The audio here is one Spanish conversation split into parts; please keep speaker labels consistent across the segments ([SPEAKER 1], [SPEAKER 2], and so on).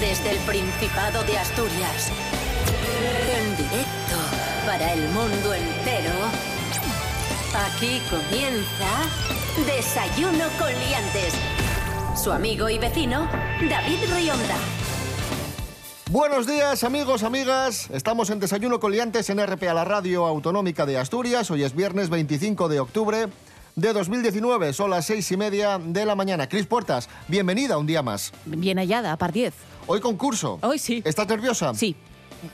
[SPEAKER 1] Desde el Principado de Asturias. En directo para el mundo entero. Aquí comienza Desayuno con Liantes. Su amigo y vecino, David Rionda.
[SPEAKER 2] Buenos días amigos, amigas. Estamos en Desayuno con Liantes en RPA, la radio autonómica de Asturias. Hoy es viernes 25 de octubre de 2019. Son las seis y media de la mañana. Cris Puertas, bienvenida un día más.
[SPEAKER 3] Bien hallada, a par 10.
[SPEAKER 2] Hoy concurso.
[SPEAKER 3] Hoy sí.
[SPEAKER 2] ¿Estás nerviosa?
[SPEAKER 3] Sí,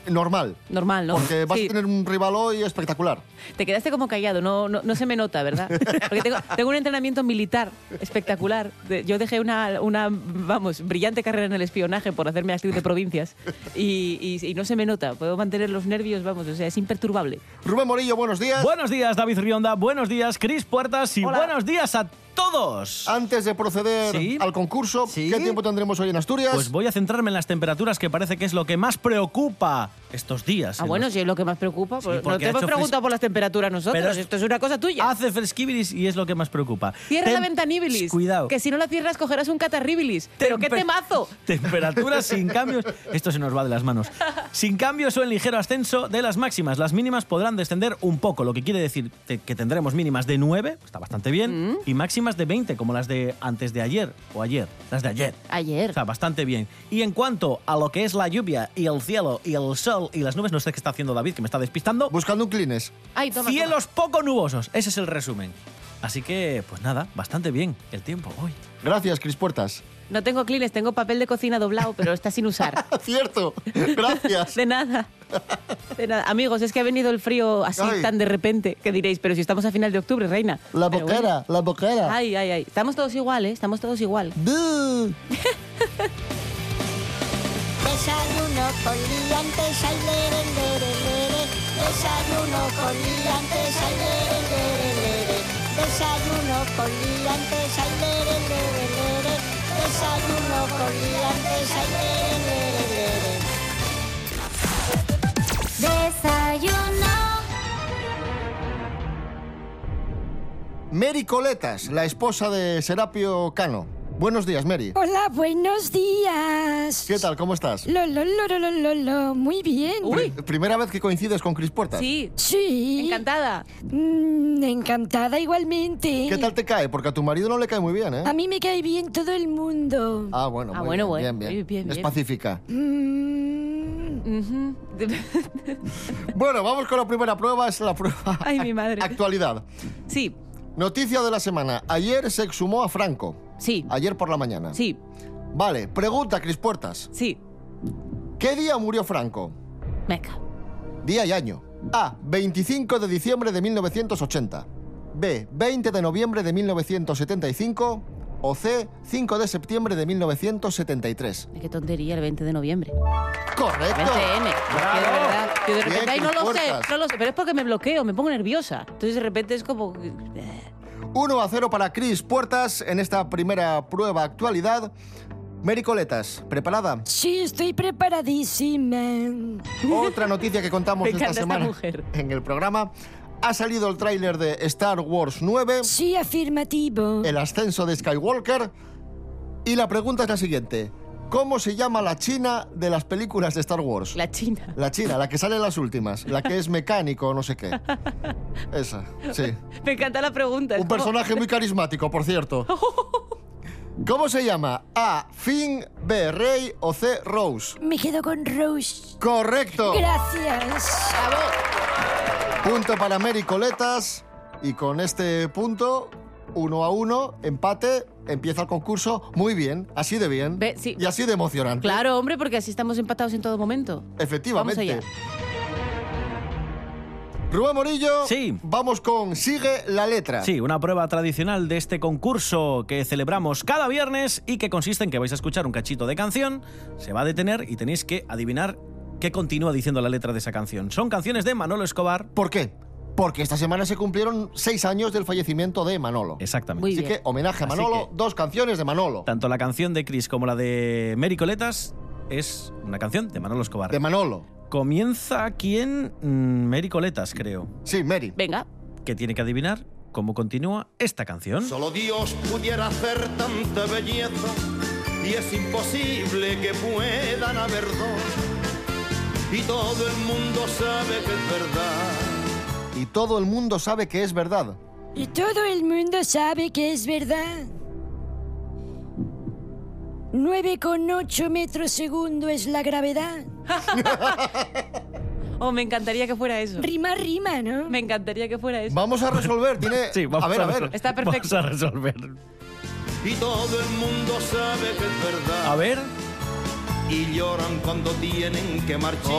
[SPEAKER 2] Normal.
[SPEAKER 3] normal, ¿no?
[SPEAKER 2] Porque vas
[SPEAKER 3] Sí.
[SPEAKER 2] a tener un rival hoy espectacular.
[SPEAKER 3] Te quedaste como callado, no, no, no se me nota, ¿verdad? Porque tengo, tengo un entrenamiento militar espectacular. De- Yo dejé una, una, vamos, brillante carrera en el espionaje por hacerme actriz de provincias y, y- y no se me nota. Puedo mantener los nervios, vamos, o sea, es imperturbable.
[SPEAKER 2] Rubén Morillo, buenos días.
[SPEAKER 4] Buenos días, David Rionda. Buenos días, Cris Puertas. Y
[SPEAKER 3] Hola.
[SPEAKER 4] buenos días a todos.
[SPEAKER 2] Antes de proceder
[SPEAKER 4] Sí.
[SPEAKER 2] al concurso,
[SPEAKER 4] Sí.
[SPEAKER 2] ¿qué tiempo tendremos hoy en Asturias?
[SPEAKER 4] Pues voy a centrarme en las temperaturas, que parece que es lo que más preocupa estos días.
[SPEAKER 3] Ah,
[SPEAKER 4] En
[SPEAKER 3] bueno,
[SPEAKER 4] los-
[SPEAKER 3] si es lo que más preocupa, pues, no
[SPEAKER 4] porque
[SPEAKER 3] te
[SPEAKER 4] ha
[SPEAKER 3] hemos
[SPEAKER 4] hecho fres-
[SPEAKER 3] preguntado por las temperaturas nosotros,
[SPEAKER 4] Pero es-
[SPEAKER 3] esto es una cosa tuya.
[SPEAKER 4] Hace fresquibilis y es lo que más preocupa.
[SPEAKER 3] Cierra la
[SPEAKER 4] Tem-
[SPEAKER 3] ventanibilis.
[SPEAKER 4] Cuidado.
[SPEAKER 3] Que si no la cierras cogerás un catarribilis. Pero qué
[SPEAKER 4] Temper-
[SPEAKER 3] temazo.
[SPEAKER 4] Temperaturas sin cambios. Esto se nos va de las manos. Sin cambios o en ligero ascenso de las máximas. Las mínimas podrán descender un poco, lo que quiere decir te- que tendremos mínimas de 9, está bastante bien,
[SPEAKER 3] Mm.
[SPEAKER 4] y máximas de 20, como las de antes de ayer o ayer. Las de ayer.
[SPEAKER 3] Ayer.
[SPEAKER 4] O sea, bastante bien. Y en cuanto a lo que es la lluvia y el cielo y el sol y las nubes, no sé qué está haciendo David, que me está despistando.
[SPEAKER 2] Buscando un clines.
[SPEAKER 3] Ay, toma, toma.
[SPEAKER 4] Cielos poco nubosos, ese es el resumen. Así que, pues nada, bastante bien el tiempo hoy.
[SPEAKER 2] Gracias, Cris Puertas.
[SPEAKER 3] No tengo clines, tengo papel de cocina doblado, pero está sin usar.
[SPEAKER 2] Cierto. Gracias.
[SPEAKER 3] De nada. De nada. Amigos, es que ha venido el frío así
[SPEAKER 2] Ay.
[SPEAKER 3] tan de repente que diréis, pero si estamos a final de octubre, reina.
[SPEAKER 2] La
[SPEAKER 3] Pero
[SPEAKER 2] boquera,
[SPEAKER 3] bueno. Ah,
[SPEAKER 2] la boquera.
[SPEAKER 3] Ay, ay, ay. Estamos todos igual, ¿eh? Estamos todos igual.
[SPEAKER 2] Bu.
[SPEAKER 5] Desayuno con liantes, ay, lere, lere, lere. Desayuno con liantes, ay, lere, lere, lere. Desayuno con liantes, ay, lere, lere, lere. Desayuno con liantes, ay, lere, lere, lere. Desayuno.
[SPEAKER 2] Mary Coletas, la esposa de Serapio Cano. Buenos días, Mary.
[SPEAKER 6] Hola, buenos días.
[SPEAKER 2] ¿Qué tal? ¿Cómo estás?
[SPEAKER 6] Lo, lo, lo, lo, lo, lo, lo, muy bien.
[SPEAKER 3] Uy.
[SPEAKER 2] Primera vez que coincides con Cris Puertas.
[SPEAKER 3] Sí.
[SPEAKER 6] Sí.
[SPEAKER 3] Encantada.
[SPEAKER 6] Mm, encantada igualmente.
[SPEAKER 2] ¿Qué tal te cae? Porque a tu marido no le cae muy bien, ¿eh?
[SPEAKER 6] A mí me cae bien todo el mundo.
[SPEAKER 2] Ah, bueno.
[SPEAKER 3] Ah,
[SPEAKER 2] muy
[SPEAKER 3] bueno,
[SPEAKER 2] bien,
[SPEAKER 3] bueno.
[SPEAKER 2] Bien, bien.
[SPEAKER 3] Bien, bien,
[SPEAKER 2] es
[SPEAKER 3] bien.
[SPEAKER 2] pacífica.
[SPEAKER 6] Mm,
[SPEAKER 3] Ujú.
[SPEAKER 2] bueno, vamos con la primera prueba. Es la prueba.
[SPEAKER 3] Ay, mi madre.
[SPEAKER 2] Actualidad.
[SPEAKER 3] Sí,
[SPEAKER 2] Noticia de la semana. Ayer se exhumó a Franco.
[SPEAKER 3] sí,
[SPEAKER 2] Ayer por la mañana.
[SPEAKER 3] sí,
[SPEAKER 2] Vale, pregunta, Cris Puertas.
[SPEAKER 3] sí.
[SPEAKER 2] ¿Qué día murió Franco?
[SPEAKER 3] Meca.
[SPEAKER 2] Día y año. A. 25 de diciembre de 1980. B. 20 de noviembre de 1975. O C. 5 de septiembre de 1973.
[SPEAKER 3] Qué tontería el 20 de noviembre.
[SPEAKER 2] ¡Correcto!
[SPEAKER 3] 20N. Es que de verdad, yo de
[SPEAKER 2] Bien,
[SPEAKER 3] repente, ay, no
[SPEAKER 2] Cris
[SPEAKER 3] lo sé,
[SPEAKER 2] Puertas.
[SPEAKER 3] no lo sé, pero es porque me bloqueo, me pongo nerviosa. Entonces de repente es como...
[SPEAKER 2] 1 a 0 para Cris Puertas en esta primera prueba actualidad. Mary Coletas, ¿preparada?
[SPEAKER 6] sí, estoy preparadísima.
[SPEAKER 2] Otra noticia que contamos
[SPEAKER 3] Me
[SPEAKER 2] esta
[SPEAKER 3] encanta esta
[SPEAKER 2] semana
[SPEAKER 3] mujer.
[SPEAKER 2] en el programa. Ha salido el tráiler de Star Wars 9.
[SPEAKER 6] Sí, afirmativo.
[SPEAKER 2] el ascenso de Skywalker. Y la pregunta es la siguiente. ¿Cómo se llama la China de las películas de Star Wars?
[SPEAKER 3] La China.
[SPEAKER 2] La China, la que sale en las últimas, la que es mecánico o no sé qué. Esa, sí.
[SPEAKER 3] Me encanta la pregunta. es
[SPEAKER 2] Un
[SPEAKER 3] como-
[SPEAKER 2] personaje muy carismático, por cierto. ¿Cómo se llama? A. Finn, B. Rey o C. Rose.
[SPEAKER 6] Me quedo con Rose.
[SPEAKER 2] Correcto.
[SPEAKER 6] Gracias.
[SPEAKER 2] Punto para Mary Coletas. Y con este punto, uno a uno, empate, empieza el concurso. Muy bien, así de bien.
[SPEAKER 3] Ve- sí.
[SPEAKER 2] Y así de emocionante.
[SPEAKER 3] Claro, hombre, porque así estamos empatados en todo momento.
[SPEAKER 2] Efectivamente.
[SPEAKER 3] Vamos
[SPEAKER 2] Rubén Morillo,
[SPEAKER 4] Sí.
[SPEAKER 2] vamos con Sigue la letra.
[SPEAKER 4] Sí, una prueba tradicional de este concurso que celebramos cada viernes y que consiste en que vais a escuchar un cachito de canción, se va a detener y tenéis que adivinar qué continúa diciendo la letra de esa canción. Son canciones de Manolo Escobar.
[SPEAKER 2] ¿Por qué? Porque esta semana se cumplieron seis años del fallecimiento de Manolo.
[SPEAKER 4] Exactamente.
[SPEAKER 3] Muy
[SPEAKER 2] Así
[SPEAKER 3] bien.
[SPEAKER 2] que homenaje a
[SPEAKER 4] Así
[SPEAKER 2] Manolo,
[SPEAKER 4] que-
[SPEAKER 2] dos canciones de Manolo.
[SPEAKER 4] Tanto la canción de Chris como la de Mary Coletas es una canción de Manolo Escobar.
[SPEAKER 2] De Manolo.
[SPEAKER 4] Comienza aquí en mm, Mary Coletas, creo,
[SPEAKER 2] Sí, Mary.
[SPEAKER 3] Venga.
[SPEAKER 4] que tiene que adivinar cómo continúa esta canción.
[SPEAKER 7] Solo Dios pudiera hacer tanta belleza y es imposible que puedan haber dos. Y todo el mundo sabe que es verdad.
[SPEAKER 2] Y todo el mundo sabe que es verdad.
[SPEAKER 6] Y todo el mundo sabe que es verdad. 9,8 metros segundo es la gravedad.
[SPEAKER 3] Oh, me encantaría que fuera eso.
[SPEAKER 6] Rima, rima, ¿no?
[SPEAKER 3] Me encantaría que fuera eso.
[SPEAKER 2] Vamos a resolver, tiene...
[SPEAKER 4] Sí, vamos
[SPEAKER 2] a ver, a ver.
[SPEAKER 4] resol-
[SPEAKER 3] Está perfecto.
[SPEAKER 4] Vamos a resolver.
[SPEAKER 7] Y todo el mundo sabe que es verdad.
[SPEAKER 4] A ver.
[SPEAKER 7] Y lloran cuando tienen que marchar.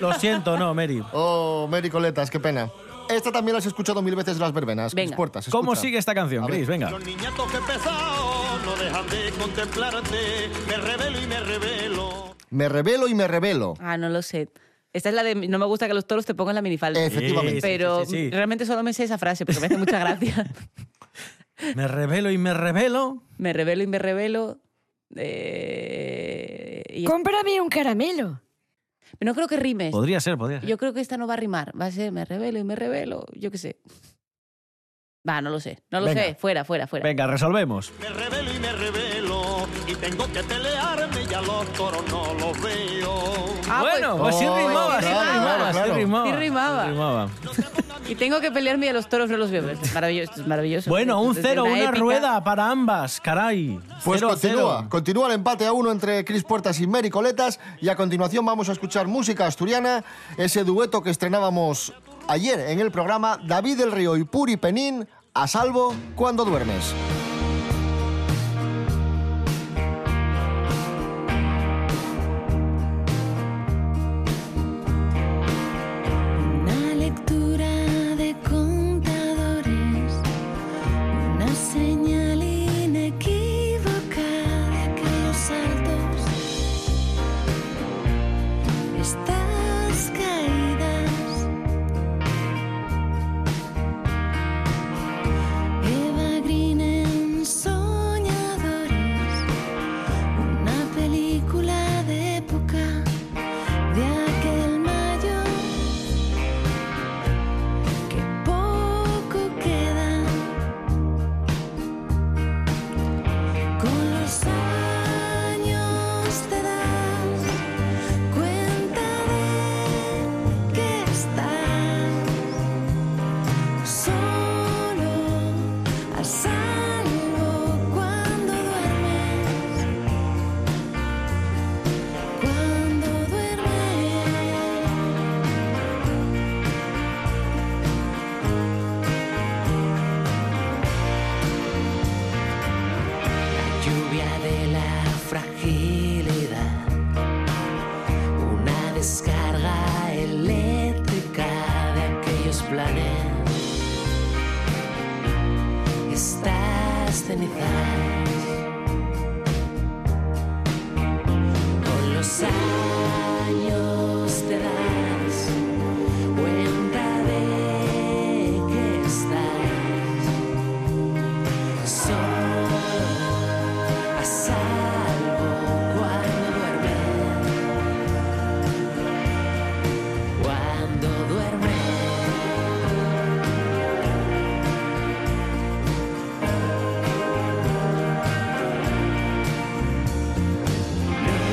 [SPEAKER 4] Lo siento, no, Mary.
[SPEAKER 2] Oh, Mary Coletas, qué pena. Esta también la has escuchado mil veces en las verbenas.
[SPEAKER 3] Venga.
[SPEAKER 2] Mis puertas,
[SPEAKER 4] ¿Cómo
[SPEAKER 2] escucha.
[SPEAKER 4] sigue esta canción,
[SPEAKER 2] A ver.
[SPEAKER 4] Chris? Venga.
[SPEAKER 7] Los niñatos que pesado no dejan de contemplarte. Me revelo y me revelo.
[SPEAKER 2] Me revelo y me revelo.
[SPEAKER 3] Ah, no lo sé. Esta es la de no me gusta que los toros te pongan la minifalda.
[SPEAKER 2] Efectivamente.
[SPEAKER 3] Pero
[SPEAKER 4] Sí, sí, sí.
[SPEAKER 3] realmente solo me sé esa frase porque me hace mucha gracia.
[SPEAKER 4] Me revelo y me revelo.
[SPEAKER 3] me revelo y me revelo. eh, y-
[SPEAKER 6] Cómprame un caramelo.
[SPEAKER 3] No creo que rimes.
[SPEAKER 4] Podría ser, podría ser.
[SPEAKER 3] Yo creo que esta no va a rimar. Va a ser me revelo y me revelo. Yo qué sé. Va, no lo sé. No lo
[SPEAKER 4] Venga.
[SPEAKER 3] sé. Fuera, fuera, fuera.
[SPEAKER 4] Venga, resolvemos.
[SPEAKER 7] Me revelo y me revelo. Y tengo que pelearme, ya los toros no los veo.
[SPEAKER 3] Ah, pues-
[SPEAKER 4] bueno, pues sí
[SPEAKER 2] Oh,
[SPEAKER 4] rimaba, sí
[SPEAKER 2] claro,
[SPEAKER 4] rimaba,
[SPEAKER 2] claro,
[SPEAKER 4] sí rimaba.
[SPEAKER 3] Sí rimaba.
[SPEAKER 4] sí rimaba.
[SPEAKER 3] Y tengo que pelearme de los toros no los veo. Es Maravilloso, es maravilloso.
[SPEAKER 4] Bueno, un
[SPEAKER 3] Desde
[SPEAKER 4] cero, una,
[SPEAKER 3] épica-
[SPEAKER 4] rueda para ambas, caray.
[SPEAKER 2] Pues
[SPEAKER 4] Cero a cero.
[SPEAKER 2] continúa, continúa el empate a uno entre Cris Puertas y Mary Coletas y a continuación vamos a escuchar música asturiana, ese dueto que estrenábamos ayer en el programa David del Río y Puri Penín, a salvo cuando duermes.
[SPEAKER 8] Una lectura de contadores, una señal inequívoca de aquellos saltos. Estas caídas, Eva Green en soñadores, una película de época de aquel mayo. Que poco queda con los años te das cuenta de que estás solo a salvo cuando duermes, cuando duermes. lluvia de la fragilidad, una descarga eléctrica de aquellos planes, estas cenizas con los años te das cuenta de que estás solo a salvo cuando duermes, cuando duermes.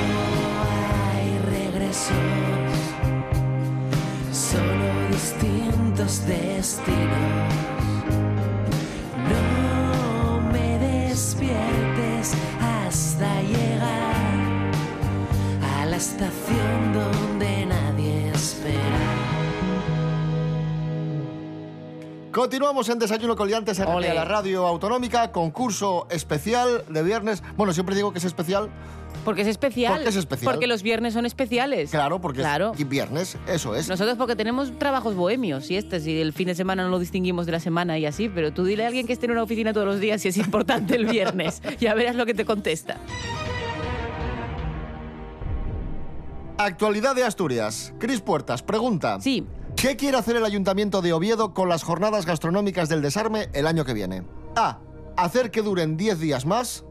[SPEAKER 8] No hay regresos, solo distintos destinos. No me despiertes hasta llegar a la estación donde nadie espera.
[SPEAKER 2] Continuamos en Desayuno Coliantes en
[SPEAKER 3] Ole.
[SPEAKER 2] la radio autonómica, concurso especial de viernes. Bueno, siempre digo que es especial,
[SPEAKER 3] Porque es especial.
[SPEAKER 2] Porque es especial.
[SPEAKER 3] Porque los viernes son especiales.
[SPEAKER 2] claro, porque
[SPEAKER 3] Claro.
[SPEAKER 2] es viernes, eso es.
[SPEAKER 3] Nosotros porque tenemos trabajos bohemios y este, si el fin de semana no lo distinguimos de la semana y así, pero tú dile a alguien que esté en una oficina todos los días si es importante el viernes. Ya verás lo que te contesta.
[SPEAKER 2] Actualidad de Asturias. Cris Puertas pregunta.
[SPEAKER 3] Sí,
[SPEAKER 2] ¿Qué quiere hacer el Ayuntamiento de Oviedo con las jornadas gastronómicas del desarme el año que viene? A. Hacer que duren 10 días más.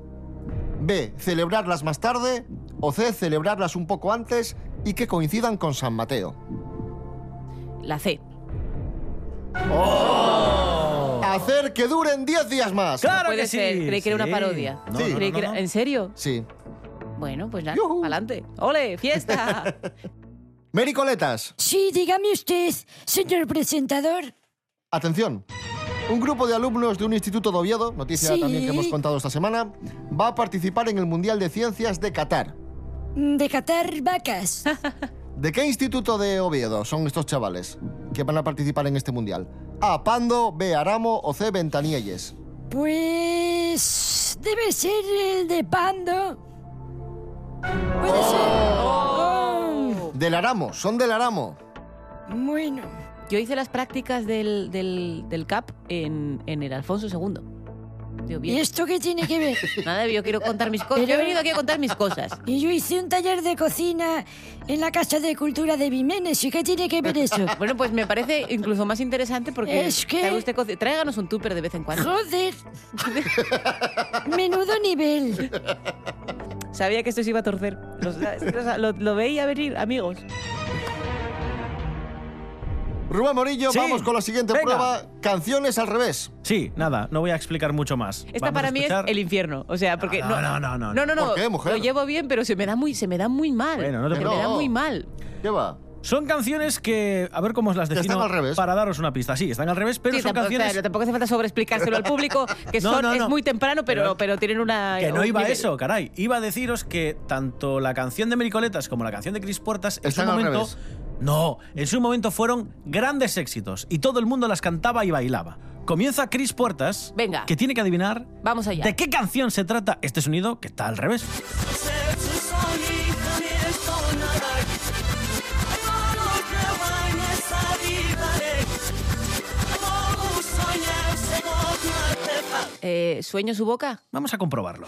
[SPEAKER 2] B. Celebrarlas más tarde. O C. Celebrarlas un poco antes y que coincidan con San Mateo.
[SPEAKER 3] la C.
[SPEAKER 2] Hacer que duren 10 días más.
[SPEAKER 4] ¡Claro
[SPEAKER 3] Puede
[SPEAKER 4] que sí!
[SPEAKER 3] ser, creí que era una
[SPEAKER 4] Sí.
[SPEAKER 3] parodia.
[SPEAKER 4] No,
[SPEAKER 2] Sí.
[SPEAKER 4] no, no,
[SPEAKER 3] Creí que
[SPEAKER 4] no,
[SPEAKER 3] era-
[SPEAKER 4] no.
[SPEAKER 3] ¿En serio?
[SPEAKER 2] Sí.
[SPEAKER 3] Bueno, pues nada,
[SPEAKER 2] Yujú.
[SPEAKER 3] adelante. ¡Ole, fiesta!
[SPEAKER 2] Mary Coletas,
[SPEAKER 6] Sí, dígame usted, señor presentador.
[SPEAKER 2] atención. Un grupo de alumnos de un instituto de Oviedo, noticia
[SPEAKER 6] Sí.
[SPEAKER 2] también que hemos contado esta semana, va a participar en el Mundial de Ciencias de Qatar.
[SPEAKER 6] Mm, De catar vacas.
[SPEAKER 2] ¿De qué instituto de Oviedo son estos chavales que van a participar en este mundial? A. Pando, B. Aramo o C. Ventanielles.
[SPEAKER 6] Pues debe ser el de Pando. Puede ser.
[SPEAKER 2] Del Aramo, son del Aramo.
[SPEAKER 6] Oh, bueno,
[SPEAKER 3] Yo hice las prácticas del, del, del CAP en, en el Alfonso II. Digo,
[SPEAKER 6] ¿y
[SPEAKER 3] bien.
[SPEAKER 6] esto qué tiene que ver?
[SPEAKER 3] Nada, yo quiero contar mis cosas. Yo he venido aquí a contar mis cosas.
[SPEAKER 6] Y yo hice un taller de cocina en la Casa de Cultura de Vimenes. ¿Y qué tiene que ver eso?
[SPEAKER 3] Bueno, pues me parece incluso más interesante porque
[SPEAKER 6] Es que-
[SPEAKER 3] ¿sabe usted coci- tráiganos un tupper de vez en cuando.
[SPEAKER 6] Joder. Menudo nivel.
[SPEAKER 3] Sabía que esto se iba a torcer. Lo, lo- lo veía venir, amigos.
[SPEAKER 2] Rubén Morillo,
[SPEAKER 4] Sí.
[SPEAKER 2] vamos con la siguiente
[SPEAKER 4] Venga.
[SPEAKER 2] prueba. Canciones al revés.
[SPEAKER 4] Sí, nada, no voy a explicar mucho más.
[SPEAKER 3] Esta
[SPEAKER 4] Vamos
[SPEAKER 3] para
[SPEAKER 4] a
[SPEAKER 3] mí es
[SPEAKER 4] escuchar-
[SPEAKER 3] el infierno. O sea, porque
[SPEAKER 4] No, no, no, no, no.
[SPEAKER 3] no, no, no.
[SPEAKER 2] ¿Por qué, mujer?
[SPEAKER 3] Lo llevo bien, pero se me da muy, se me da muy mal.
[SPEAKER 4] Bueno, no te
[SPEAKER 3] se me
[SPEAKER 2] preocupes.
[SPEAKER 3] da
[SPEAKER 2] No.
[SPEAKER 3] muy mal.
[SPEAKER 2] ¿Qué va?
[SPEAKER 4] Son canciones que, a ver cómo os las
[SPEAKER 2] Que
[SPEAKER 4] defino
[SPEAKER 2] están al revés.
[SPEAKER 4] para daros una pista. Sí, están al revés, pero
[SPEAKER 3] Sí,
[SPEAKER 4] son
[SPEAKER 3] tampoco,
[SPEAKER 4] canciones
[SPEAKER 3] claro, tampoco hace falta sobreexplicárselo al público, que
[SPEAKER 4] No,
[SPEAKER 3] son,
[SPEAKER 4] no, no.
[SPEAKER 3] es muy temprano, pero,
[SPEAKER 4] Pero-
[SPEAKER 3] pero, tienen una.
[SPEAKER 4] Que no
[SPEAKER 3] un
[SPEAKER 4] iba a
[SPEAKER 3] nivel.
[SPEAKER 4] eso, caray. Iba a deciros que tanto la canción de Mericoletas como la canción de Cris Puertas en
[SPEAKER 2] Están
[SPEAKER 4] su
[SPEAKER 2] al
[SPEAKER 4] momento.
[SPEAKER 2] revés.
[SPEAKER 4] No, en su momento fueron grandes éxitos y todo el mundo las cantaba y bailaba. Comienza Cris Puertas,
[SPEAKER 3] Venga.
[SPEAKER 4] que tiene que adivinar
[SPEAKER 3] Vamos allá.
[SPEAKER 4] de qué canción se trata este sonido que está al revés.
[SPEAKER 3] Eh, ¿Sueño su boca?
[SPEAKER 4] Vamos a comprobarlo.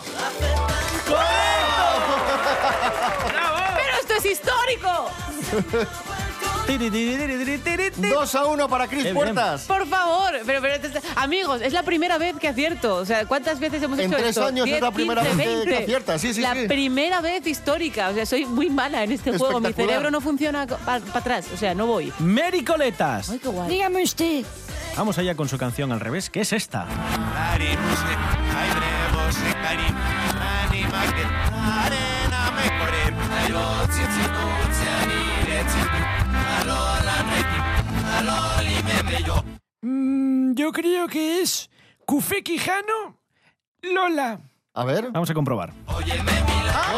[SPEAKER 3] ¡Pero esto es histórico!
[SPEAKER 4] Tiri, tiri, tiri, tiri, tiri, tiri.
[SPEAKER 2] 2 a 1 para
[SPEAKER 4] Qué
[SPEAKER 2] Chris
[SPEAKER 4] bien.
[SPEAKER 2] Puertas.
[SPEAKER 3] Por favor, pero, pero esto está- amigos, es la primera vez que acierto. O sea, ¿cuántas veces hemos
[SPEAKER 2] En
[SPEAKER 3] hecho
[SPEAKER 2] tres
[SPEAKER 3] esto?
[SPEAKER 2] años es la primera vez que- que aciertas, sí, sí,
[SPEAKER 3] La
[SPEAKER 2] sí.
[SPEAKER 3] primera vez histórica. O sea, soy muy mala en este juego. Mi
[SPEAKER 2] Espectacular.
[SPEAKER 3] cerebro no funciona para atrás. O sea, no voy.
[SPEAKER 4] Mericoletas.
[SPEAKER 3] Ay, qué guay.
[SPEAKER 6] Dígame usted.
[SPEAKER 4] Vamos allá con su canción al revés, que es esta. Mm,
[SPEAKER 9] Yo creo que es Cufé Quijano Lola.
[SPEAKER 2] A ver.
[SPEAKER 4] Vamos a comprobar.
[SPEAKER 9] Bien, bien.
[SPEAKER 4] Ah.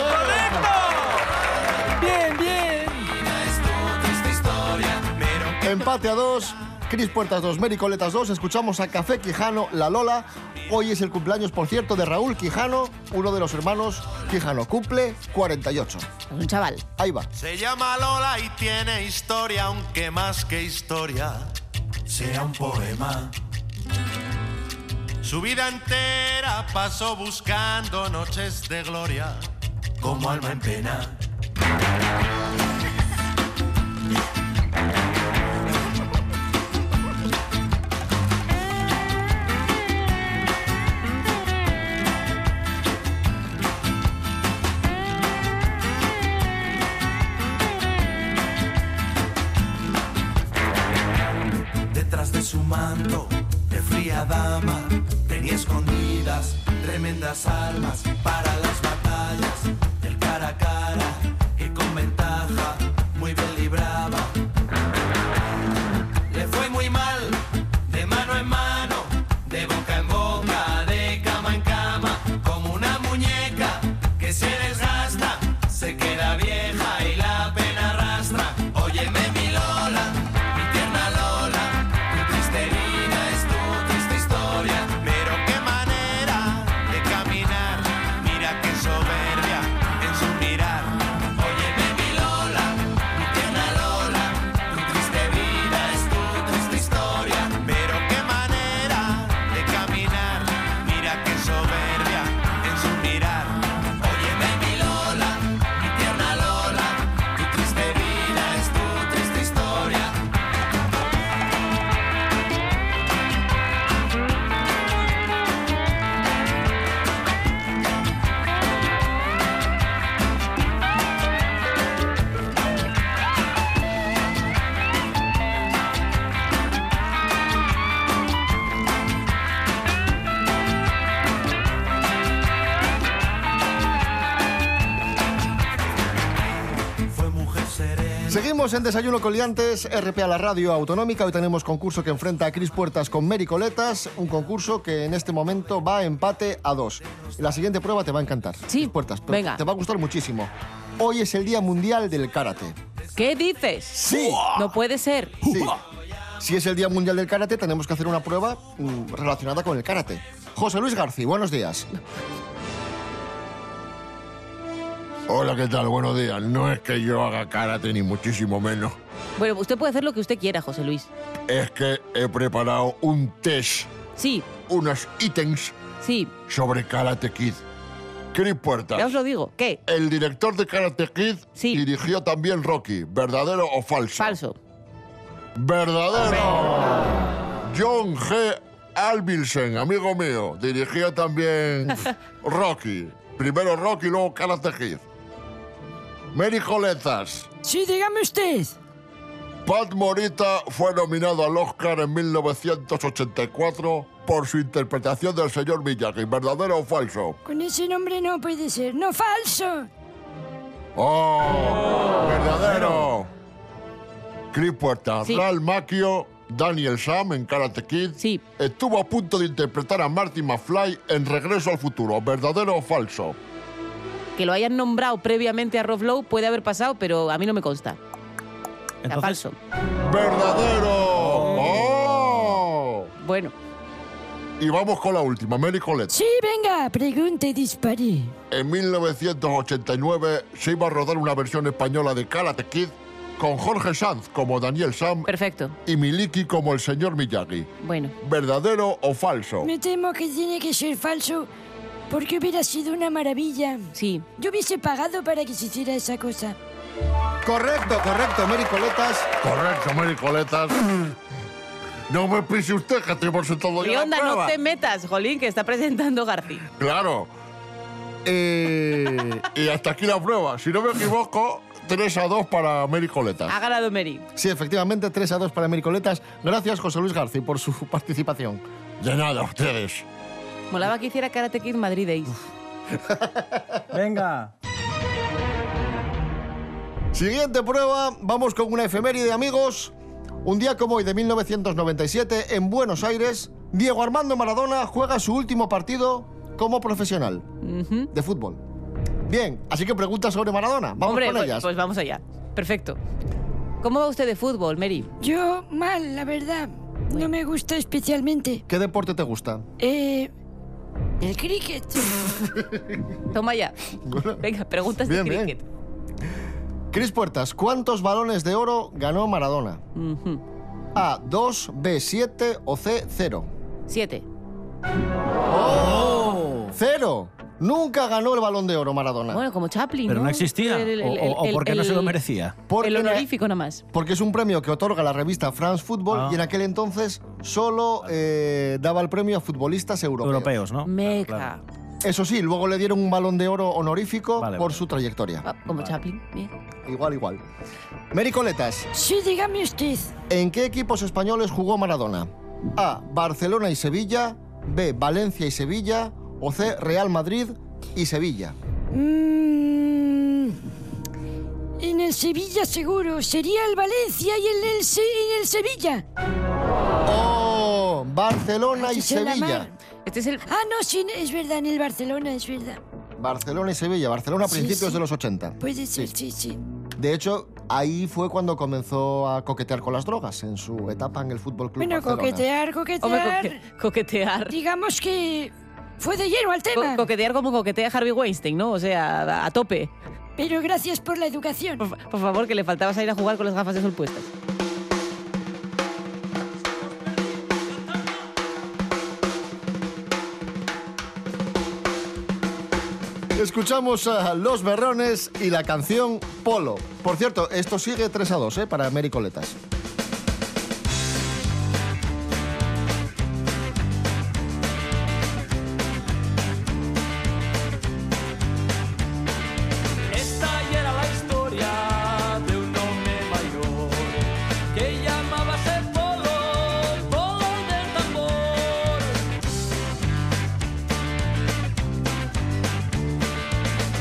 [SPEAKER 2] Empate a 2. Cris Puertas 2, Mary Coletas 2. Escuchamos a Café Quijano, La Lola. Hoy es el cumpleaños, por cierto, de Raúl Quijano, uno de los hermanos Quijano. Cumple 48.
[SPEAKER 3] Un chaval.
[SPEAKER 2] Ahí va.
[SPEAKER 7] Se llama Lola y tiene historia, aunque más que historia sea un poema. Su vida entera pasó buscando noches de gloria, como alma en pena. Detrás de su manto de fría dama tenía escondidas tremendas armas para las batallas del cara a cara que con ventaja muy bien libraba. Le fue muy mal de mano en mano, de boca en boca, de cama en cama, como una muñeca que se desgasta, se queda vieja y la pena arrastra. Óyeme mi Lola, mi tierna Lola, tu triste herida es tu triste historia. Pero qué manera de caminar, mira qué soberbia en su mirar.
[SPEAKER 2] Seguimos en Desayuno con Liantes, RP a la radio autonómica. Hoy tenemos concurso que enfrenta a Cris Puertas con Mary Coletas. Un concurso que en este momento va a empate a dos. La siguiente prueba te va a encantar.
[SPEAKER 3] Sí,
[SPEAKER 2] Cris Puertas, pero
[SPEAKER 3] venga.
[SPEAKER 2] te va a gustar muchísimo. Hoy es el Día Mundial del Karate.
[SPEAKER 3] ¿Qué dices?
[SPEAKER 2] ¡Sí!
[SPEAKER 3] No puede ser.
[SPEAKER 2] Sí. Si es el Día Mundial del Karate, tenemos que hacer una prueba mm, relacionada con el karate. José Luis García, buenos días.
[SPEAKER 10] Hola, ¿qué tal? Buenos días. No es que yo haga karate ni muchísimo menos.
[SPEAKER 3] Bueno, usted puede hacer lo que usted quiera, José Luis.
[SPEAKER 10] Es que he preparado un test,
[SPEAKER 3] Sí,
[SPEAKER 10] unos ítems
[SPEAKER 3] sí,
[SPEAKER 10] sobre Karate Kid. Chris
[SPEAKER 3] ya os
[SPEAKER 10] Puertas,
[SPEAKER 3] lo digo. ¿Qué?
[SPEAKER 10] el director de Karate Kid,
[SPEAKER 3] Sí.
[SPEAKER 10] dirigió también Rocky. ¿Verdadero o falso?
[SPEAKER 3] Falso.
[SPEAKER 10] ¡Verdadero! John G. Albilsen, amigo mío, dirigió también Rocky. Primero Rocky, luego Karate Kid. Mary Coletas.
[SPEAKER 6] Sí, dígame usted.
[SPEAKER 10] Pat Morita fue nominado al Oscar en 1984 por su interpretación del señor Miyagi, ¿verdadero o falso?
[SPEAKER 6] Con ese nombre no puede ser. No, falso.
[SPEAKER 10] ¡Oh! ¡Verdadero! Chris Puerta,
[SPEAKER 3] Sí.
[SPEAKER 10] Ral Macchio, Daniel Sam en Karate Kid,
[SPEAKER 3] Sí.
[SPEAKER 10] estuvo a punto de interpretar a Marty McFly en Regreso al Futuro, ¿verdadero o falso?
[SPEAKER 3] Que lo hayan nombrado previamente a Rob Lowe puede haber pasado, pero a mí no me consta. Era
[SPEAKER 4] Entonces-
[SPEAKER 3] falso.
[SPEAKER 10] ¡Verdadero! ¡Oh!
[SPEAKER 3] Bueno,
[SPEAKER 10] Y vamos con la última, Mary Colette.
[SPEAKER 6] Sí, venga, pregunte y dispare.
[SPEAKER 10] En 1989 se iba a rodar una versión española de Karate Kid con Jorge Sanz como Daniel Sam
[SPEAKER 3] perfecto.
[SPEAKER 10] y Miliki como el señor Miyagi.
[SPEAKER 3] Bueno.
[SPEAKER 10] ¿Verdadero o falso?
[SPEAKER 6] Me temo que tiene que ser falso, porque hubiera sido una maravilla.
[SPEAKER 3] Sí,
[SPEAKER 6] Yo hubiese pagado para que se hiciera esa cosa.
[SPEAKER 2] Correcto, correcto, Mary Coletas.
[SPEAKER 10] Correcto, Mary Coletas. No me pise usted que estoy por sentado ya la
[SPEAKER 3] Rionda, no
[SPEAKER 10] prueba.
[SPEAKER 3] te metas, Jolín, que está presentando García.
[SPEAKER 10] Claro. Eh, y hasta aquí la prueba. Si no me equivoco, 3 a 2 para Mary Coletas.
[SPEAKER 3] Ha ganado Mary.
[SPEAKER 2] Sí, efectivamente, 3 a 2 para Mary Coletas. Gracias, José Luis García, por su participación.
[SPEAKER 10] De nada, ustedes.
[SPEAKER 3] Molaba que hiciera Karate Kid Madrid Days.
[SPEAKER 4] Venga.
[SPEAKER 2] Siguiente prueba, vamos con una efeméride, amigos. Un día como hoy de 1997, en Buenos Aires, Diego Armando Maradona juega su último partido como profesional de fútbol. Bien, así que preguntas sobre Maradona. Vamos
[SPEAKER 3] Hombre,
[SPEAKER 2] con
[SPEAKER 3] pues,
[SPEAKER 2] ellas.
[SPEAKER 3] pues vamos allá. Perfecto. ¿Cómo va usted de fútbol, Mary?
[SPEAKER 6] Yo, mal, la verdad. No me gusta especialmente.
[SPEAKER 2] ¿Qué deporte te gusta?
[SPEAKER 6] Eh, el cricket.
[SPEAKER 3] Toma ya. Venga, preguntas de
[SPEAKER 2] Bien, bien.
[SPEAKER 3] cricket.
[SPEAKER 2] Cris Puertas, ¿cuántos balones de oro ganó Maradona?
[SPEAKER 3] Ujú.
[SPEAKER 2] A, 2, B, 7 o C, 0.
[SPEAKER 3] Siete.
[SPEAKER 2] ¡Cero! Nunca ganó el balón de oro Maradona.
[SPEAKER 3] Bueno, como Chaplin.
[SPEAKER 4] Ah. Pero no existía.
[SPEAKER 3] El- el-
[SPEAKER 4] o, o- o
[SPEAKER 3] el-
[SPEAKER 4] porque no
[SPEAKER 3] el-
[SPEAKER 4] se lo merecía.
[SPEAKER 2] Porque
[SPEAKER 3] El
[SPEAKER 2] na-
[SPEAKER 3] honorífico nada más.
[SPEAKER 2] Porque es un premio que otorga la revista France Football
[SPEAKER 4] Ah.
[SPEAKER 2] y en aquel entonces solo eh, daba el premio a futbolistas europeos.
[SPEAKER 4] Europeos, ¿no?
[SPEAKER 3] Meca.
[SPEAKER 4] Ah, Claro,
[SPEAKER 2] Eso sí, luego le dieron un balón de oro honorífico
[SPEAKER 4] Vale,
[SPEAKER 2] por
[SPEAKER 4] vale.
[SPEAKER 2] su trayectoria.
[SPEAKER 3] Ah, como Chaplin. Bien.
[SPEAKER 2] Igual, igual. Mary Coletas,
[SPEAKER 6] Sí, dígame usted.
[SPEAKER 2] ¿en qué equipos españoles jugó Maradona? A. Barcelona y Sevilla. B. Valencia y Sevilla. O C. Real Madrid y Sevilla.
[SPEAKER 6] Mm, en el Sevilla seguro. Sería el Valencia y el, el Se- y el Sevilla.
[SPEAKER 2] ¡Oh! Barcelona y
[SPEAKER 6] Ese es la
[SPEAKER 2] Sevilla.
[SPEAKER 6] mar.
[SPEAKER 3] Este es el.
[SPEAKER 6] Ah, no, sí, es verdad, en el Barcelona, es verdad.
[SPEAKER 2] Barcelona y Sevilla. Barcelona a
[SPEAKER 6] Sí,
[SPEAKER 2] principios
[SPEAKER 6] sí. Pues
[SPEAKER 2] de los 80.
[SPEAKER 6] Puede ser, sí, sí.
[SPEAKER 2] De hecho, ahí fue cuando comenzó a coquetear con las drogas, en su etapa en el Fútbol Club
[SPEAKER 6] Bueno,
[SPEAKER 2] Barcelona.
[SPEAKER 6] coquetear,
[SPEAKER 3] Hombre,
[SPEAKER 6] coquetear.
[SPEAKER 3] coque- coquetear.
[SPEAKER 6] Digamos que fue de lleno al
[SPEAKER 3] Co-
[SPEAKER 6] tema.
[SPEAKER 3] coquetear como coquetea Harvey Weinstein, ¿no? O sea, a, a tope.
[SPEAKER 6] Pero gracias por la educación.
[SPEAKER 3] Por, fa- por favor, que le faltaba salir a jugar con las gafas de sol puestas.
[SPEAKER 2] Escuchamos a Los Berrones y la canción Polo. Por cierto, esto sigue 3 a 2 ¿eh? para Mary Coletas.
[SPEAKER 9] Esta ya era la historia de un hombre mayor que llamaba a ser polo, polo del tambor.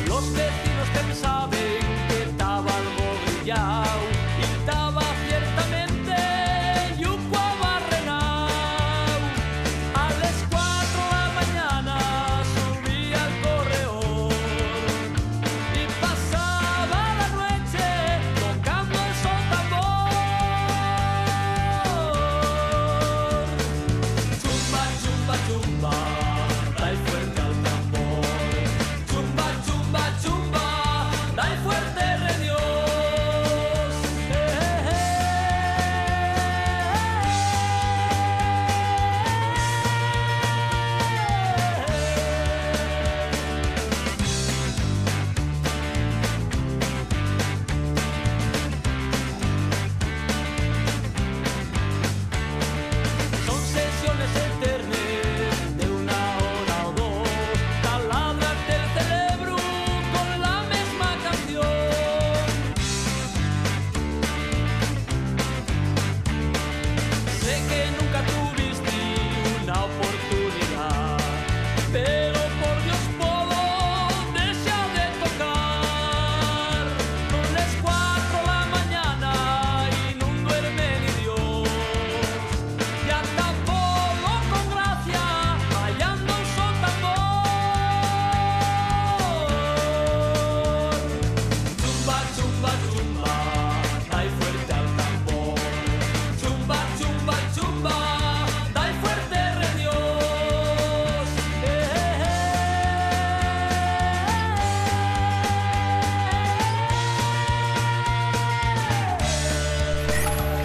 [SPEAKER 9] Los vecinos pensaban que estaba algo brillado y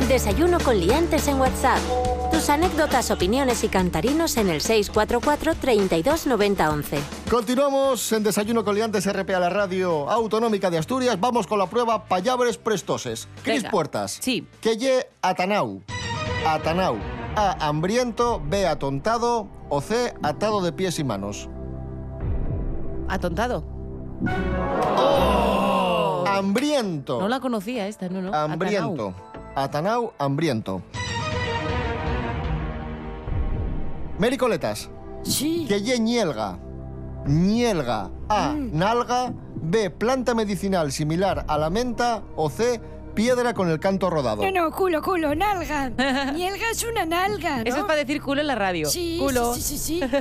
[SPEAKER 1] Desayuno con liantes en WhatsApp. Tus anécdotas, opiniones y cantarinos en el 644 32 90 11.
[SPEAKER 2] Continuamos en Desayuno con Liantes RP a la radio autonómica de Asturias. Vamos con la prueba Payabres Prestoses. Cris
[SPEAKER 3] Venga.
[SPEAKER 2] Puertas.
[SPEAKER 3] Sí.
[SPEAKER 2] Que lle Atanau. Atanau. A. Hambriento. B. Atontado. O C. Atado de pies y manos.
[SPEAKER 3] Atontado.
[SPEAKER 2] Hambriento.
[SPEAKER 3] No la conocía esta, no, no.
[SPEAKER 2] Hambriento.
[SPEAKER 3] Atanau.
[SPEAKER 2] Atanau, hambriento. Mary Coletas.
[SPEAKER 6] Sí.
[SPEAKER 2] Que ye nielga. Nielga. A.
[SPEAKER 6] Mm.
[SPEAKER 2] Nalga. B. Planta medicinal similar a la menta. O C. Piedra con el canto rodado.
[SPEAKER 6] No, no, culo, culo, nalga. Nielga es una nalga, ¿no?
[SPEAKER 3] Eso es para decir culo en la radio.
[SPEAKER 6] Sí,
[SPEAKER 3] culo.
[SPEAKER 6] sí, sí, sí, sí.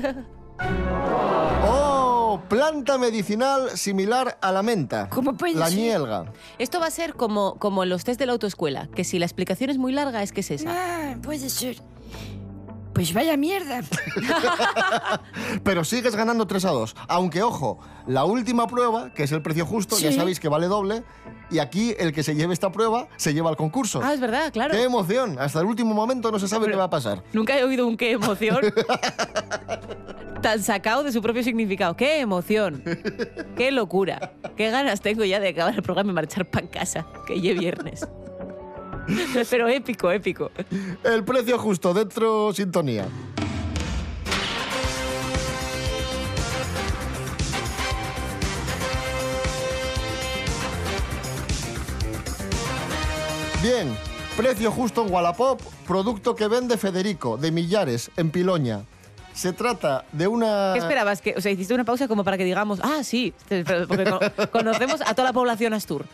[SPEAKER 2] Oh, planta medicinal similar a la menta.
[SPEAKER 6] ¿Cómo puede
[SPEAKER 2] La
[SPEAKER 6] ser?
[SPEAKER 2] nielga.
[SPEAKER 3] Esto va a ser como, como en los test de la autoescuela, que si la explicación es muy larga es que es esa.
[SPEAKER 6] Ah, puede ser. Pues vaya mierda.
[SPEAKER 2] Pero sigues ganando 3 a 2. Aunque, ojo, la última prueba, que es el precio justo, ya
[SPEAKER 6] Sí.
[SPEAKER 2] sabéis que vale doble. Y aquí el que se lleve esta prueba se lleva al concurso.
[SPEAKER 3] Ah, es verdad, claro.
[SPEAKER 2] ¡Qué emoción! Hasta el último momento no se sabe qué va a pasar.
[SPEAKER 3] Nunca he oído un qué emoción tan sacado de su propio significado. ¡Qué emoción! ¡Qué locura! ¡Qué ganas tengo ya de acabar el programa y marchar para casa! Que lleve viernes. Pero épico, épico.
[SPEAKER 2] El precio justo, dentro sintonía. Bien, precio justo en Wallapop, producto que vende Federico, de Millares, en Piloña. Se trata de una...
[SPEAKER 3] ¿Qué esperabas? Que, o sea, hiciste una pausa como para que digamos, ah, sí, porque cono- conocemos a toda la población Astur.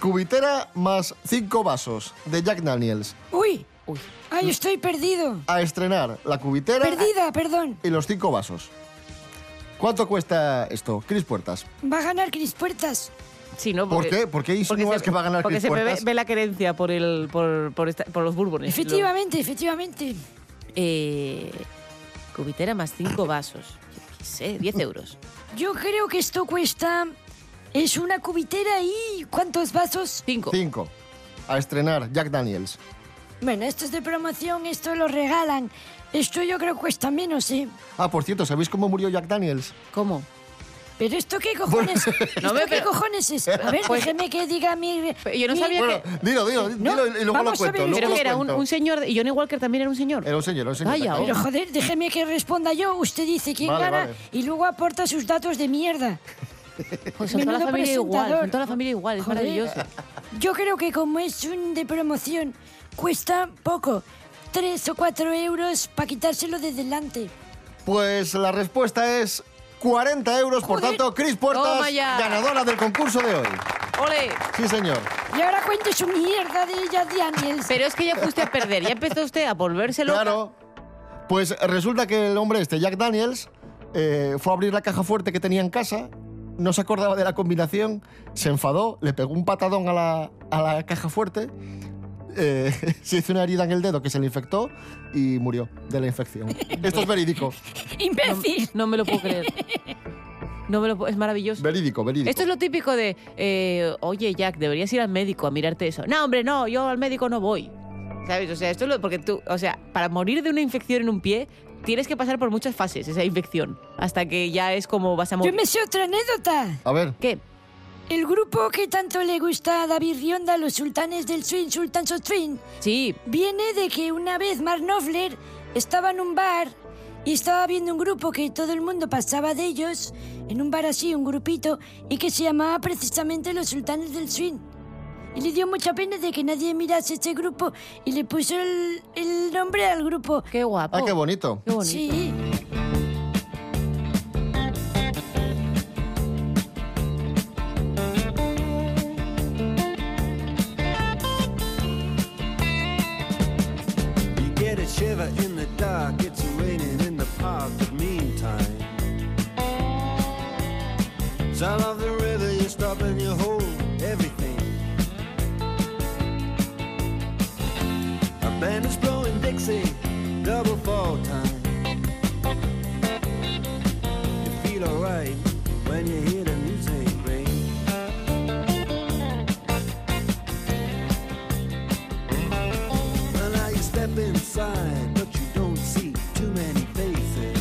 [SPEAKER 2] Cubitera más cinco vasos, de Jack Daniels.
[SPEAKER 6] Uy. Uy. Ay, estoy perdido.
[SPEAKER 2] A estrenar la cubitera...
[SPEAKER 6] Perdida, perdón.
[SPEAKER 2] y los cinco vasos. ¿Cuánto cuesta esto, Cris Puertas?
[SPEAKER 6] Va a ganar Cris Puertas.
[SPEAKER 3] Sí, ¿no?
[SPEAKER 2] ¿Por qué? ¿Por qué insinúas que va a ganar
[SPEAKER 3] Porque
[SPEAKER 2] Cris
[SPEAKER 3] se me ve,
[SPEAKER 2] Puertas?
[SPEAKER 3] ve la querencia por, el, por, por, esta- por los Bourbones.
[SPEAKER 6] Efectivamente, efectivamente.
[SPEAKER 3] Lo- eh, cubitera más cinco vasos. Yo qué sé, 10 euros.
[SPEAKER 6] Yo creo que esto cuesta... Es una cubitera y... ¿Cuántos vasos?
[SPEAKER 3] Cinco.
[SPEAKER 2] Cinco. A estrenar Jack Daniels.
[SPEAKER 6] Bueno, esto es de promoción, esto lo regalan. Esto yo creo que cuesta menos, ¿eh?
[SPEAKER 2] Ah, por cierto, ¿sabéis cómo murió Jack Daniels?
[SPEAKER 3] ¿Cómo?
[SPEAKER 6] ¿Pero esto qué cojones? ¿Esto
[SPEAKER 3] me-
[SPEAKER 6] qué
[SPEAKER 3] pero- pues
[SPEAKER 6] cojones es? A ver, déjeme que diga mi...
[SPEAKER 3] Pero yo no
[SPEAKER 6] mi-
[SPEAKER 3] sabía
[SPEAKER 2] Bueno,
[SPEAKER 3] que...
[SPEAKER 2] dilo, dilo, dilo
[SPEAKER 6] No,
[SPEAKER 2] y luego lo
[SPEAKER 6] vamos a ver,
[SPEAKER 2] cuento. luego
[SPEAKER 3] Pero
[SPEAKER 2] lo
[SPEAKER 3] que era un,
[SPEAKER 2] cuento. Eh,
[SPEAKER 3] un señor... Y Johnny Walker también era un señor.
[SPEAKER 2] Era un señor, era un señor.
[SPEAKER 3] Vaya,
[SPEAKER 2] Jack
[SPEAKER 6] Pero
[SPEAKER 2] Daniels.
[SPEAKER 6] joder, déjeme que responda yo. Usted dice quién
[SPEAKER 2] Vale,
[SPEAKER 6] gana
[SPEAKER 2] vale.
[SPEAKER 6] y luego aporta sus datos de mierda.
[SPEAKER 3] Joder, son toda la
[SPEAKER 6] Menudo
[SPEAKER 3] familia igual,
[SPEAKER 6] presentador.
[SPEAKER 3] son toda la familia igual, es
[SPEAKER 6] Joder.
[SPEAKER 3] maravilloso.
[SPEAKER 6] Yo creo que como es un de promoción, cuesta poco. Tres o cuatro euros para quitárselo de delante.
[SPEAKER 2] Pues la respuesta es 40 euros. Por
[SPEAKER 6] Joder.
[SPEAKER 2] tanto, Cris Puertas,
[SPEAKER 3] Toma ya.
[SPEAKER 2] ganadora del concurso de hoy.
[SPEAKER 3] ¡Ole!
[SPEAKER 2] Sí, señor.
[SPEAKER 6] Y ahora cuente su mierda de ella, Daniels.
[SPEAKER 3] Pero es que ya fuiste a perder, ya empezó usted a volverse loca.
[SPEAKER 2] Claro. Pues resulta que el hombre este, Jack Daniels, eh, fue a abrir la caja fuerte que tenía en casa, no se acordaba de la combinación, se enfadó, le pegó un patadón a la, a la caja fuerte, eh, se hizo una herida en el dedo que se le infectó y murió de la infección. Esto es verídico,
[SPEAKER 6] ¡Imbécil!
[SPEAKER 3] No me lo puedo creer. No me lo puedo... Es maravilloso.
[SPEAKER 2] verídico, verídico.
[SPEAKER 3] Esto es lo típico de, eh, oye Jack, deberías ir al médico a mirarte eso. No, hombre, no, yo al médico no voy. ¿Sabes? O sea, esto es lo... Porque tú, o sea, para morir de una infección en un pie, tienes que pasar por muchas fases esa infección. Hasta que ya es como vas a
[SPEAKER 6] Yo
[SPEAKER 3] morir.
[SPEAKER 6] me sé otra anécdota.
[SPEAKER 2] A ver,
[SPEAKER 3] ¿Qué?
[SPEAKER 6] El grupo que tanto le gusta a David Rionda, los sultanes del swing, Sultans of Swing,
[SPEAKER 3] Sí,
[SPEAKER 6] Ah, viene de que una vez Mark Knopfler estaba en un bar y estaba viendo un grupo que todo el mundo pasaba de ellos, en un bar así, un grupito, y que se llamaba precisamente Los Sultanes del Swing. Y le dio mucha pena de que nadie mirase ese grupo y le puso el, el nombre al grupo.
[SPEAKER 3] qué guapo.
[SPEAKER 2] ah, qué bonito.
[SPEAKER 3] Qué bonito.
[SPEAKER 6] Sí.
[SPEAKER 7] You get a shiver in the dark, it's raining in the park, but meantime. Sound of the river, you stop and you hold everything. A band is blowing Dixie, double fall time. You feel alright when you hear the music ring.
[SPEAKER 11] step inside, but you don't see too many faces.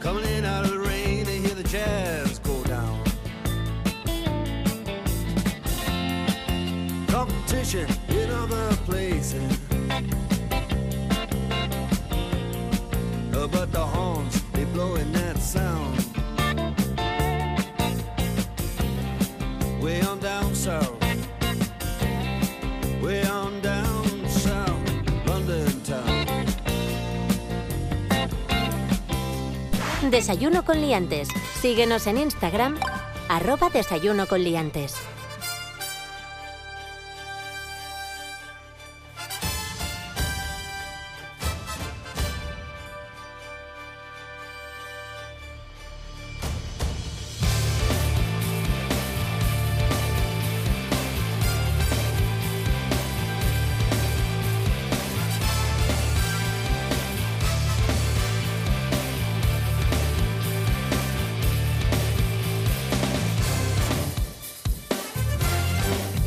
[SPEAKER 11] Coming in out of the rain and hear the jazz go down. Competition in other places. Uh, But the horns, they blowing that sound. Way on down south. Way on down south, London town.
[SPEAKER 1] Desayuno con liantes. Síguenos en Instagram, arroba desayuno con liantes.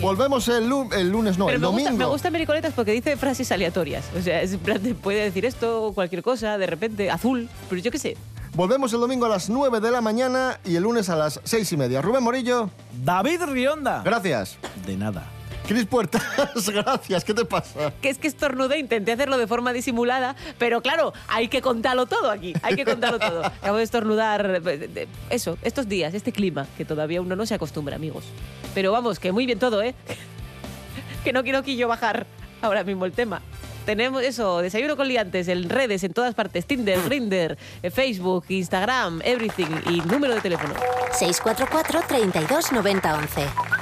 [SPEAKER 2] Volvemos el, lu- el lunes, no,
[SPEAKER 3] Oh. Pero
[SPEAKER 2] el
[SPEAKER 3] me
[SPEAKER 2] domingo.
[SPEAKER 3] gusta, me gusta Mericoletas porque dice frases aleatorias. O sea, es en plan de, puede decir esto, cualquier cosa, de repente, azul, pero yo qué sé.
[SPEAKER 2] Volvemos el domingo a las 9 de la mañana y el lunes a las 6 y media. Rubén Morillo,
[SPEAKER 4] David Rionda.
[SPEAKER 2] gracias.
[SPEAKER 4] De nada.
[SPEAKER 2] Cris Puertas, gracias. ¿Qué te pasa?
[SPEAKER 3] Que es que estornudé, intenté hacerlo de forma disimulada, pero claro, hay que contarlo todo aquí, hay que contarlo todo. Acabo de estornudar, eh, de- eso, estos días, este clima, que todavía uno no se acostumbra, amigos. Pero vamos, que muy bien todo, ¿eh? que no quiero que yo bajar ahora mismo el tema. Tenemos eso, desayuno con liantes en redes, en todas partes, Tinder, Grindr, eh, Facebook, Instagram, everything y número de teléfono.
[SPEAKER 1] 644 32 90 11.